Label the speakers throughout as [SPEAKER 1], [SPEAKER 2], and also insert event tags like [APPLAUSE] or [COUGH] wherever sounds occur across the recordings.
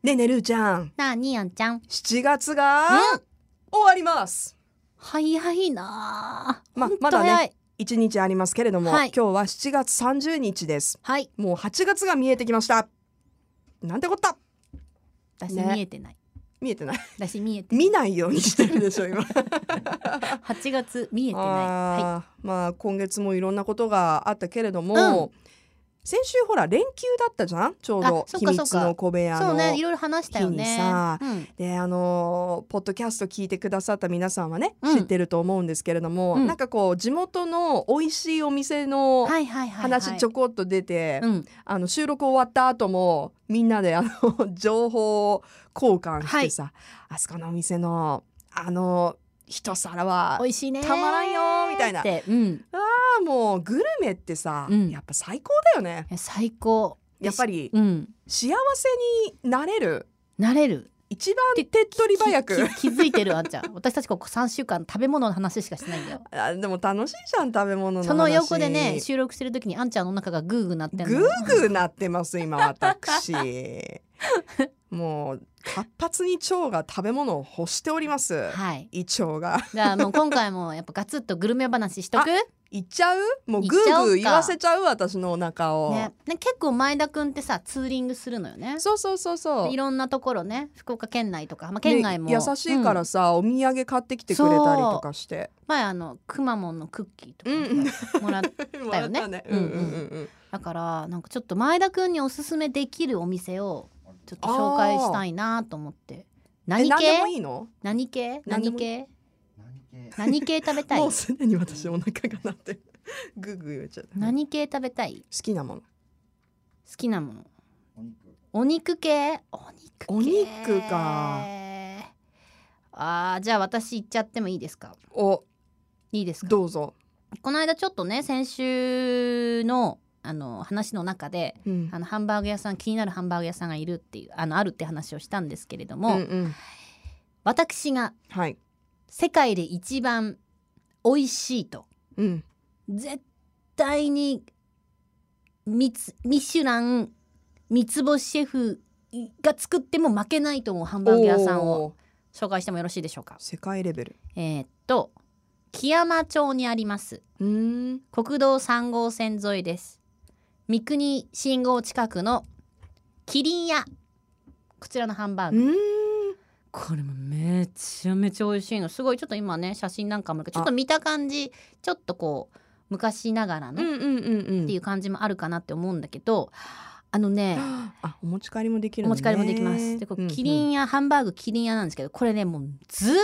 [SPEAKER 1] ねえねえるーちゃん
[SPEAKER 2] なあにやんちゃん
[SPEAKER 1] 7月が
[SPEAKER 2] うん
[SPEAKER 1] 終わります
[SPEAKER 2] 早いなあ
[SPEAKER 1] ま
[SPEAKER 2] ほんと
[SPEAKER 1] まだね
[SPEAKER 2] 早い
[SPEAKER 1] 1日ありますけれども、
[SPEAKER 2] はい
[SPEAKER 1] 今日は7月30日です
[SPEAKER 2] はい
[SPEAKER 1] もう8月が見えてきましたなんてこった
[SPEAKER 2] 私
[SPEAKER 1] ね
[SPEAKER 2] 見えてない、
[SPEAKER 1] 見えてない [LAUGHS]
[SPEAKER 2] 私見えて
[SPEAKER 1] 見ないようにしてるでしょ
[SPEAKER 2] [LAUGHS]
[SPEAKER 1] 今見えて
[SPEAKER 2] 8月見えてないは
[SPEAKER 1] まあ今月もいろんなことがあったけれども、先週ほら連休だったじゃんちょうど
[SPEAKER 2] あそっ
[SPEAKER 1] 秘
[SPEAKER 2] かそっか
[SPEAKER 1] 密の小部
[SPEAKER 2] い
[SPEAKER 1] 屋
[SPEAKER 2] そう
[SPEAKER 1] の
[SPEAKER 2] ねいろいろ話したよね
[SPEAKER 1] 日にさ
[SPEAKER 2] うん
[SPEAKER 1] であのーポッドキャスト聞いてくださった皆さんはね、
[SPEAKER 2] うん
[SPEAKER 1] 知ってると思うんですけれども、
[SPEAKER 2] うん
[SPEAKER 1] なんかこう地元の美味しいお店の
[SPEAKER 2] はいはいはい、はい、
[SPEAKER 1] 話ちょこっと出て、
[SPEAKER 2] うん
[SPEAKER 1] あの収録終わった後もみんなであの [LAUGHS] 情報交換してさ、あそこのお店のあの一皿は
[SPEAKER 2] 美味しいね
[SPEAKER 1] たまらんよーみたいな
[SPEAKER 2] ってうん
[SPEAKER 1] あもうグルメってさ、
[SPEAKER 2] うん
[SPEAKER 1] やっぱ最高だよね
[SPEAKER 2] いや最高
[SPEAKER 1] やっぱり
[SPEAKER 2] うん
[SPEAKER 1] 幸せになれる
[SPEAKER 2] 慣れる
[SPEAKER 1] 一番手っ取り早く
[SPEAKER 2] き気づいてるあんちゃん私たちここ3週間食べ物の話しかしてない
[SPEAKER 1] [LAUGHS]
[SPEAKER 2] んだよ
[SPEAKER 1] あでも楽しいじゃん食べ物の話
[SPEAKER 2] その横でね収録してる時にあんちゃんのお腹がグーグーなってん
[SPEAKER 1] グ
[SPEAKER 2] の
[SPEAKER 1] ーグーなってます今私もう活発に腸が食べ物を欲しております
[SPEAKER 2] はい
[SPEAKER 1] 胃腸が [LAUGHS]
[SPEAKER 2] じゃあもう今回もやっぱガツッとグルメ話しとく
[SPEAKER 1] いっちゃうもうグ
[SPEAKER 2] いっち
[SPEAKER 1] ー
[SPEAKER 2] ゃおう
[SPEAKER 1] グ
[SPEAKER 2] か
[SPEAKER 1] ー言わせちゃう私のお腹を、
[SPEAKER 2] ね、ね結構前田君ってさツーリングするのよね
[SPEAKER 1] そうそうそうそう
[SPEAKER 2] いろんなところね福岡県内とか、まあ、県外も、
[SPEAKER 1] で優しいから
[SPEAKER 2] うん
[SPEAKER 1] さ、お土産買ってきてくれたりとかして
[SPEAKER 2] 前あのくまモンのクッキーと
[SPEAKER 1] うん
[SPEAKER 2] かもらっ
[SPEAKER 1] も
[SPEAKER 2] だ
[SPEAKER 1] [LAUGHS]
[SPEAKER 2] よね
[SPEAKER 1] うんうんうん
[SPEAKER 2] だからなんかちょっと前田君におすすめできるお店をちょっと紹介したいなと思って
[SPEAKER 1] うんえ
[SPEAKER 2] 何
[SPEAKER 1] 何で
[SPEAKER 2] 系
[SPEAKER 1] もいいの
[SPEAKER 2] 何系
[SPEAKER 1] 何で
[SPEAKER 2] 何
[SPEAKER 1] も
[SPEAKER 3] 何系
[SPEAKER 2] 系何系食べたい
[SPEAKER 1] もうすでに私お腹がなってる [LAUGHS] グーグー言っちゃった好
[SPEAKER 2] [LAUGHS] 何系食べたい
[SPEAKER 1] きなもの
[SPEAKER 2] 好きなもの
[SPEAKER 3] お肉
[SPEAKER 2] お肉系お肉系
[SPEAKER 1] お肉か
[SPEAKER 2] あーじゃあ私行っちゃってもいいですか
[SPEAKER 1] お
[SPEAKER 2] いいですか
[SPEAKER 1] どうぞ、
[SPEAKER 2] この間ちょっとね先週のあの話の中で
[SPEAKER 1] うん
[SPEAKER 2] あのハンバーグ屋さん気になるハンバーグ屋さんがいるっていうあのあるって話をしたんですけれども、
[SPEAKER 1] うんうん
[SPEAKER 2] 私が
[SPEAKER 1] はい、
[SPEAKER 2] 世界で一番美味しいと
[SPEAKER 1] うん、
[SPEAKER 2] 絶対にミツミシュラン三つ星シェフが作っても負けないと思うハンバーグ屋さんを
[SPEAKER 1] おー
[SPEAKER 2] 紹介してもよろしいでしょうか。
[SPEAKER 1] 世界レベル
[SPEAKER 2] えーっと木山町にあります
[SPEAKER 1] うーん
[SPEAKER 2] 国道3号線沿いです三国信号近くのキリン屋こちらのハンバー
[SPEAKER 1] う
[SPEAKER 2] グ
[SPEAKER 1] ーん
[SPEAKER 2] これもめちゃめちゃ美味しいのすごいちょっと今ね写真なんかもあるけどちょっと見た感じちょっとこう昔ながら
[SPEAKER 1] う
[SPEAKER 2] のっ
[SPEAKER 1] んうんうんうん
[SPEAKER 2] ていう感じもあるかなって思うんだけどあのね
[SPEAKER 1] あお持ち帰りもできる
[SPEAKER 2] お
[SPEAKER 1] のね
[SPEAKER 2] 持ち帰りもできますでこ
[SPEAKER 1] うん
[SPEAKER 2] れ
[SPEAKER 1] うん
[SPEAKER 2] キリン屋ハンバーグキリン屋なんですけどこれねもうずっ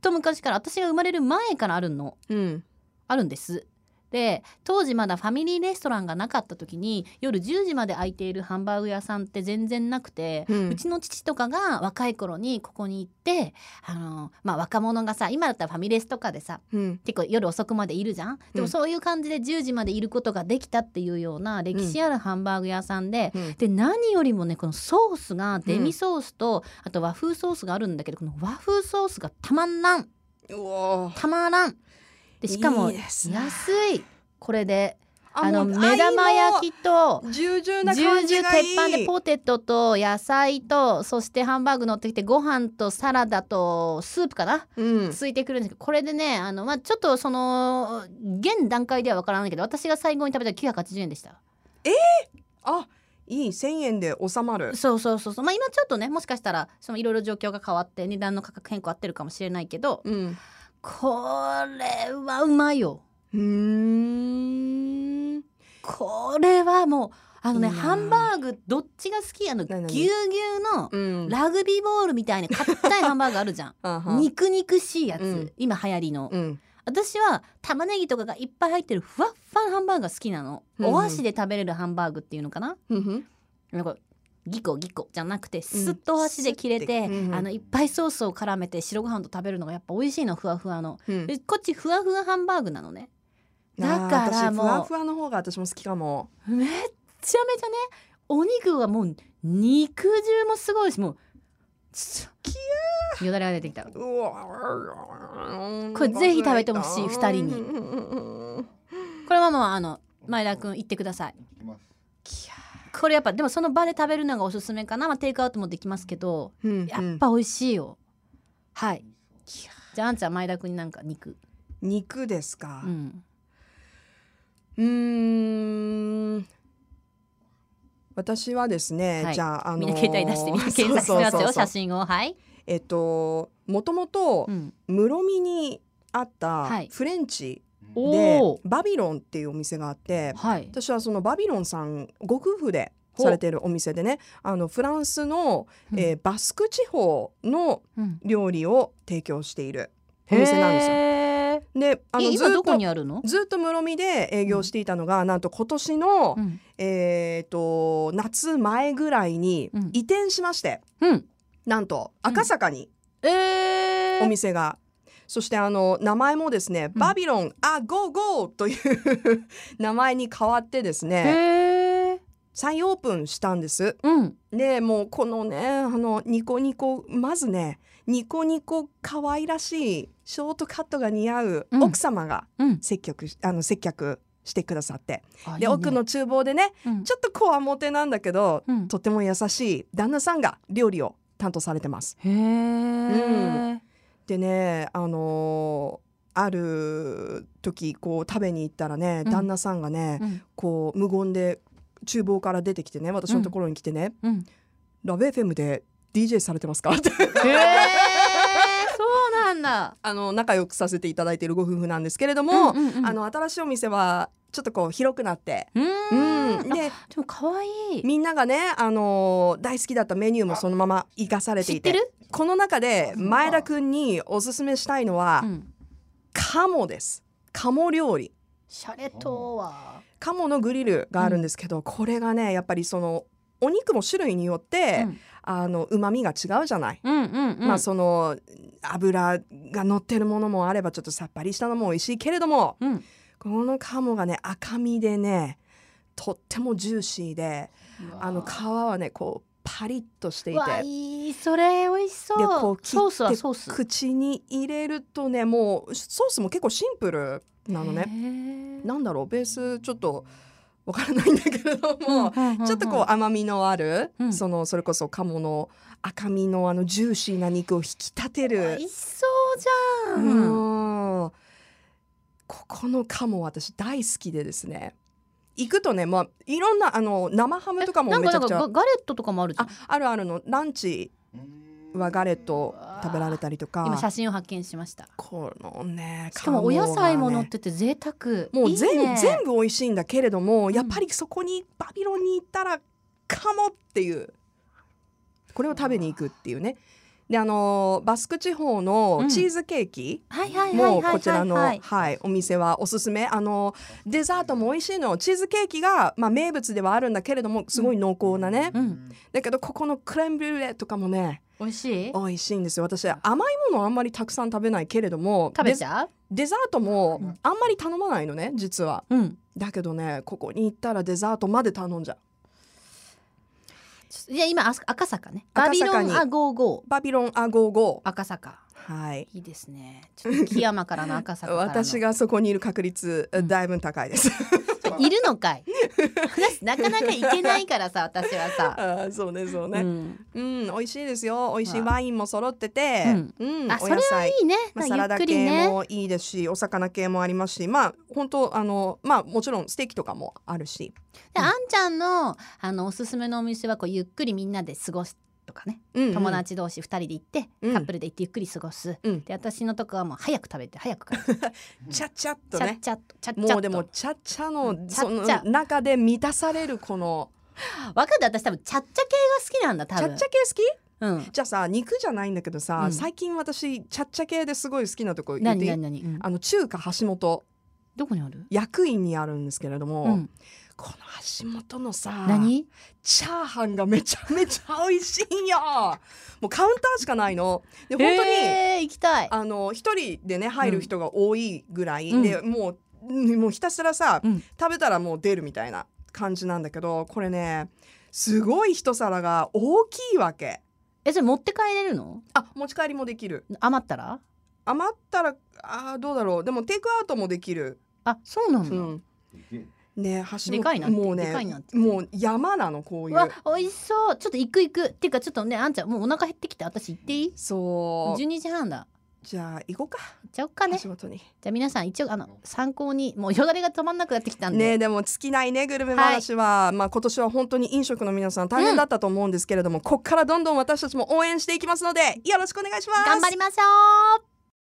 [SPEAKER 2] と昔から私が生まれる前からあるの
[SPEAKER 1] うん
[SPEAKER 2] あるんです。で当時まだファミリーレストランがなかった時に夜10時まで空いているハンバーグ屋さんって全然なくて、
[SPEAKER 1] う
[SPEAKER 2] うんちの父とかが若い頃にここに行ってあの、まあ、若者がさ今だったらファミレスとかでさ
[SPEAKER 1] うん
[SPEAKER 2] 結構夜遅くまでいるじゃんで
[SPEAKER 1] うん
[SPEAKER 2] もそういう感じで10時までいることができたっていうような歴史あるハンバーグ屋さんで、
[SPEAKER 1] うん
[SPEAKER 2] で何よりもねこのソースがデミソースと、あと和風ソースがあるんだけどこの和風ソースがたまんらん
[SPEAKER 1] うおー
[SPEAKER 2] たまらんでしかも
[SPEAKER 1] いいですね
[SPEAKER 2] 安いこれで
[SPEAKER 1] あ
[SPEAKER 2] あの
[SPEAKER 1] もう
[SPEAKER 2] 目玉焼きと
[SPEAKER 1] 愛の従々な
[SPEAKER 2] 重
[SPEAKER 1] 感じ
[SPEAKER 2] 々
[SPEAKER 1] がいい
[SPEAKER 2] 鉄板でポテトと野菜とそしてハンバーグ乗ってきてご飯とサラダとスープかな、
[SPEAKER 1] うん
[SPEAKER 2] ついてくるんですけどこれでねあの、まあ、ちょっとその現段階ではわからないけど私が最後に食べた980円でした
[SPEAKER 1] あいい千円で収まる
[SPEAKER 2] そうそうそうそうまあ今ちょっとねもしかしたらそのいろいろ状況が変わって値段の価格変更合ってるかもしれないけど
[SPEAKER 1] うん
[SPEAKER 2] これはうまいよ
[SPEAKER 1] うーん
[SPEAKER 2] これはもうあのね
[SPEAKER 1] いいなあ
[SPEAKER 2] ハンバーグどっちが好きあのぎゅ
[SPEAKER 1] な
[SPEAKER 2] う
[SPEAKER 1] に
[SPEAKER 2] ぎゅうの
[SPEAKER 1] うん
[SPEAKER 2] ラグビーボールみたいな硬いハンバーグある
[SPEAKER 1] [LAUGHS]
[SPEAKER 2] じゃん
[SPEAKER 1] あは
[SPEAKER 2] 肉肉しいやつ、
[SPEAKER 1] うん
[SPEAKER 2] 今流行りの、
[SPEAKER 1] うん
[SPEAKER 2] 私は玉ねぎとかがいっぱい入ってるふわっふわのハンバーグが好きなの、
[SPEAKER 1] うんうん
[SPEAKER 2] お箸で食べれるハンバーグっていうのかな
[SPEAKER 1] うんうん
[SPEAKER 2] なんかギコギコじゃなくてスッとお箸で切れ
[SPEAKER 1] スッて
[SPEAKER 2] て、
[SPEAKER 1] うんうん
[SPEAKER 2] あのいっぱいソースを絡めて白ご飯と食べるのがやっぱ美味しいのふわふわの
[SPEAKER 1] うん
[SPEAKER 2] でこっちふわふわハンバーグなのね
[SPEAKER 1] あー
[SPEAKER 2] だからもう
[SPEAKER 1] 私ふわふわの方が私も好きかも
[SPEAKER 2] めっちゃめちゃねお肉がもう肉汁もすごいしもうちょよだれが出てきた
[SPEAKER 1] うわ
[SPEAKER 2] これぜひ食べてほしい二人に
[SPEAKER 1] に
[SPEAKER 2] これはもうあの前田君行ってください
[SPEAKER 3] 行きます
[SPEAKER 2] ここれやっぱでもその場で食べるのがおすすめかな、まあ、テイクアウトもできますけど
[SPEAKER 1] うんうん
[SPEAKER 2] やっぱ美味しいよ、はいじゃああんちゃん前田君になんか肉
[SPEAKER 1] 肉ですか
[SPEAKER 2] う。ん
[SPEAKER 1] うーん。私はですね、
[SPEAKER 2] はい
[SPEAKER 1] じゃあ、あのー
[SPEAKER 2] みんな携帯出してみんな検索してます
[SPEAKER 1] [LAUGHS]
[SPEAKER 2] よ
[SPEAKER 1] そうそうそうそう
[SPEAKER 2] 写真をはい、
[SPEAKER 1] えっと、もともと
[SPEAKER 2] うん、
[SPEAKER 1] 室見にあっ
[SPEAKER 2] は
[SPEAKER 1] た
[SPEAKER 2] い
[SPEAKER 1] フレンチで、
[SPEAKER 2] おお
[SPEAKER 1] バビロンっていうお店があって、
[SPEAKER 2] はい
[SPEAKER 1] 私はそのバビロンさんご夫婦でされてるお店でね、あのフランスの、えーバスク地方の
[SPEAKER 2] うん
[SPEAKER 1] 料理を提供しているお店なんですよ。
[SPEAKER 2] へー
[SPEAKER 1] で、あ
[SPEAKER 2] え
[SPEAKER 1] の
[SPEAKER 2] 今
[SPEAKER 1] ずっ
[SPEAKER 2] どことにあるの、
[SPEAKER 1] ずっと室見で営業していたのが、なんと今年の、
[SPEAKER 2] うん
[SPEAKER 1] えー、と夏前ぐらいに
[SPEAKER 2] うん
[SPEAKER 1] 移転しまして、
[SPEAKER 2] うん、
[SPEAKER 1] なんと
[SPEAKER 2] うん
[SPEAKER 1] 赤坂に
[SPEAKER 2] え
[SPEAKER 1] お
[SPEAKER 2] ー、
[SPEAKER 1] 店が、そしてあの名前もですね「
[SPEAKER 2] うん
[SPEAKER 1] バビロン、あゴーゴー」という [LAUGHS] 名前に変わってですね
[SPEAKER 2] へー
[SPEAKER 1] 再オープンしたんです。
[SPEAKER 2] うん
[SPEAKER 1] でもうこのねあのニコニコまずねニコニコ可愛らしいショートカットが似合う
[SPEAKER 2] うん
[SPEAKER 1] 奥様が
[SPEAKER 2] うん
[SPEAKER 1] 接客しあの接客してくださって、
[SPEAKER 2] あいい
[SPEAKER 1] で
[SPEAKER 2] ね
[SPEAKER 1] 奥の厨房でね
[SPEAKER 2] うん
[SPEAKER 1] ちょっとこわもてなんだけど、
[SPEAKER 2] うん
[SPEAKER 1] とても優しい旦那さんが料理を担当されてます。
[SPEAKER 2] へー
[SPEAKER 1] でね、あのーある時こう食べに行ったらね、
[SPEAKER 2] うん
[SPEAKER 1] 旦那さんがね、
[SPEAKER 2] うん
[SPEAKER 1] こう無言で厨房から出てきてね私のところに来てね
[SPEAKER 2] うん
[SPEAKER 1] 「ラベ FM で DJ されてますか?」って
[SPEAKER 2] へえそうなん
[SPEAKER 1] [LAUGHS]
[SPEAKER 2] だ。
[SPEAKER 1] あの仲良くさせていただいているご夫婦なんですけれども、
[SPEAKER 2] んうんうん
[SPEAKER 1] あの新しいお店はちょっとこう広くなって。
[SPEAKER 2] うーん
[SPEAKER 1] うん
[SPEAKER 2] あ
[SPEAKER 1] で
[SPEAKER 2] でも可愛い
[SPEAKER 1] みんながね、あのー大好きだったメニューもそのまま生かされて
[SPEAKER 2] 知っ
[SPEAKER 1] いて
[SPEAKER 2] てる？
[SPEAKER 1] この中で前田君におすすめしたいのは、
[SPEAKER 2] ん。
[SPEAKER 1] 鴨です鴨料理
[SPEAKER 2] シャレとは。
[SPEAKER 1] 鴨のグリルがあるんですけど、これがねやっぱりそのお肉も種類によって、
[SPEAKER 2] うん
[SPEAKER 1] あの旨味が違うじゃない、
[SPEAKER 2] うんうんうん。
[SPEAKER 1] まあその油が乗ってるものもあればちょっとさっぱりしたのも美味しいけれども
[SPEAKER 2] うん。
[SPEAKER 1] この鴨がね赤身でねとってもジューシーであの皮はねこうパリッとしていて
[SPEAKER 2] うわいいそれ美味しそう。
[SPEAKER 1] でこう切って
[SPEAKER 2] ソースはソース。
[SPEAKER 1] 口に入れるとねもうソースも結構シンプルなのね
[SPEAKER 2] へ。ー。
[SPEAKER 1] なんだろうベースちょっとわからないんだけれども、
[SPEAKER 2] う
[SPEAKER 1] ちょっとこう甘みのある、
[SPEAKER 2] うん
[SPEAKER 1] そのそれこそ鴨の赤身のあのジューシーな肉を引き立て
[SPEAKER 2] うんうんうん。
[SPEAKER 1] る
[SPEAKER 2] 美味しそうじゃん。
[SPEAKER 1] うんここの鴨私大好きでですね行くとね、まあ、いろんなあの生ハムとかも
[SPEAKER 2] なん
[SPEAKER 1] めち
[SPEAKER 2] かな
[SPEAKER 1] ゃ
[SPEAKER 2] ん
[SPEAKER 1] くち
[SPEAKER 2] か
[SPEAKER 1] ゃ
[SPEAKER 2] ガガレットとかもあるじゃ
[SPEAKER 1] あ
[SPEAKER 2] ん。
[SPEAKER 1] あるあるのランチはガレット食べられたりとか
[SPEAKER 2] 今写真を発見しました。
[SPEAKER 1] このね
[SPEAKER 2] しかもお野菜も乗ってて贅沢。
[SPEAKER 1] もう全
[SPEAKER 2] いいね
[SPEAKER 1] 全部美味しいんだけれども、
[SPEAKER 2] ん
[SPEAKER 1] やっぱりそこにバビロンに行ったらかもっていうこれを食べに行くっていうねであのーバスク地方のチーズケーキ、
[SPEAKER 2] はいはいはいはい
[SPEAKER 1] もう
[SPEAKER 2] はい
[SPEAKER 1] こちらの、
[SPEAKER 2] は
[SPEAKER 1] はいい、お店はおすすめあのーデザートも美味しいのチーズケーキが、まあ、名物ではあるんだけれどもすごい濃厚なね、
[SPEAKER 2] うん
[SPEAKER 1] だけどここのクレームブリュレとかもね
[SPEAKER 2] 美味しい。
[SPEAKER 1] 美味しいんですよ私甘いものあんまりたくさん食べないけれども
[SPEAKER 2] 食べち
[SPEAKER 1] デ
[SPEAKER 2] ゃう？
[SPEAKER 1] デザートもあんまり頼まないのね実は。
[SPEAKER 2] うん。
[SPEAKER 1] だけどねここに行ったらデザートまで頼んじゃう
[SPEAKER 2] いや今あす赤坂ね。バ
[SPEAKER 1] 赤
[SPEAKER 2] ビロ
[SPEAKER 1] 坂に
[SPEAKER 2] ンアゴーゴー
[SPEAKER 1] バビロンアゴーゴ
[SPEAKER 2] 赤坂。
[SPEAKER 1] ーはい
[SPEAKER 2] いいですね。ちょっと木山からの赤坂からの。
[SPEAKER 1] [LAUGHS] 私がそこにいる確率
[SPEAKER 2] うん
[SPEAKER 1] だいぶ高い
[SPEAKER 2] [LAUGHS]
[SPEAKER 1] です、
[SPEAKER 2] いるのかい。 [LAUGHS] 私なかなか行けないからさ私はさ。
[SPEAKER 1] あー [LAUGHS] そうねそう
[SPEAKER 2] う
[SPEAKER 1] ね
[SPEAKER 2] ん、
[SPEAKER 1] うん、美味しいですよ美味しい
[SPEAKER 2] まあ
[SPEAKER 1] ワインも揃ってて、
[SPEAKER 2] うん
[SPEAKER 1] うん
[SPEAKER 2] あ
[SPEAKER 1] お
[SPEAKER 2] それ
[SPEAKER 1] 野
[SPEAKER 2] はい
[SPEAKER 1] 菜
[SPEAKER 2] いね。
[SPEAKER 1] まあ、サ
[SPEAKER 2] ゆ
[SPEAKER 1] ラ
[SPEAKER 2] っ
[SPEAKER 1] ダ
[SPEAKER 2] くり
[SPEAKER 1] 系
[SPEAKER 2] ね。
[SPEAKER 1] もいいですし、お魚系もありますしまあ本当あのまあもちろんステーキとかもあるし
[SPEAKER 2] であんちゃんのあのおすすめのお店はこうゆっくりみんなで過ごすとかね。
[SPEAKER 1] うんうん
[SPEAKER 2] 友達同士二人で行って、
[SPEAKER 1] うん
[SPEAKER 2] カップルで行ってゆっくり過ごす。
[SPEAKER 1] うん
[SPEAKER 2] で私のとこはもう早く食べて
[SPEAKER 1] [LAUGHS]
[SPEAKER 2] 早く帰る。
[SPEAKER 1] ちゃっちゃっと
[SPEAKER 2] ちゃっ
[SPEAKER 1] ね
[SPEAKER 2] ちゃっとちゃっちゃっと。
[SPEAKER 1] もうでもちゃっちゃの
[SPEAKER 2] うんちゃっちゃ
[SPEAKER 1] その中で満たされるこの
[SPEAKER 2] わかる私多分ちゃっちゃ系が好きなんだ多
[SPEAKER 1] ちゃ
[SPEAKER 2] 分。
[SPEAKER 1] っちゃ系好き
[SPEAKER 2] うん。
[SPEAKER 1] じゃあさ肉じゃないんだけどさ、
[SPEAKER 2] うん
[SPEAKER 1] 最近私ちゃっちゃ系ですごい好きなとこ言って
[SPEAKER 2] 何
[SPEAKER 1] いい
[SPEAKER 2] 何何。うん
[SPEAKER 1] あの中華橋本
[SPEAKER 2] どこにある？
[SPEAKER 1] 役員にあるんですけれども、
[SPEAKER 2] うん。
[SPEAKER 1] この橋本のさ
[SPEAKER 2] 何？
[SPEAKER 1] チャーハンがめちゃめちゃ美味しいん
[SPEAKER 2] [LAUGHS]
[SPEAKER 1] よもうカウンターしかないので本当に、
[SPEAKER 2] えー行きたい。
[SPEAKER 1] あの一人でね入る人が多いぐらい、
[SPEAKER 2] うん
[SPEAKER 1] でもううんもうひたすらさ、
[SPEAKER 2] うん
[SPEAKER 1] 食べたらもう出るみたいな感じなんだけどこれねすごい一皿が大きいわけ
[SPEAKER 2] えそれ持って帰れるの？
[SPEAKER 1] あ持ち帰りもできる
[SPEAKER 2] 余ったら？
[SPEAKER 1] 余ったらあーどうだろうでもテイクアウトもできる、
[SPEAKER 2] あそうなの。
[SPEAKER 1] うん、ね端の
[SPEAKER 2] でかいなって
[SPEAKER 1] もう
[SPEAKER 2] で
[SPEAKER 1] ね
[SPEAKER 2] かいなって
[SPEAKER 1] もう山なのこういうう
[SPEAKER 2] わ美味しそうちょっと行く行くっていうかちょっとねあんちゃんもうお腹減ってきて私行っていい
[SPEAKER 1] そう
[SPEAKER 2] 12時半だ
[SPEAKER 1] じゃあ行こうか
[SPEAKER 2] 行っちゃおっかねじ
[SPEAKER 1] 橋本に
[SPEAKER 2] ゃあ皆さん一応あの参考にもうよだれが止まんなくなってきたんで、
[SPEAKER 1] ねえでも尽きないねグルメ話は、まあ今年は本当に飲食の皆さん大変だったと思うんですけれども、ここからどんどん私たちも応援していきますのでよろしくお願いします
[SPEAKER 2] 頑張りましょう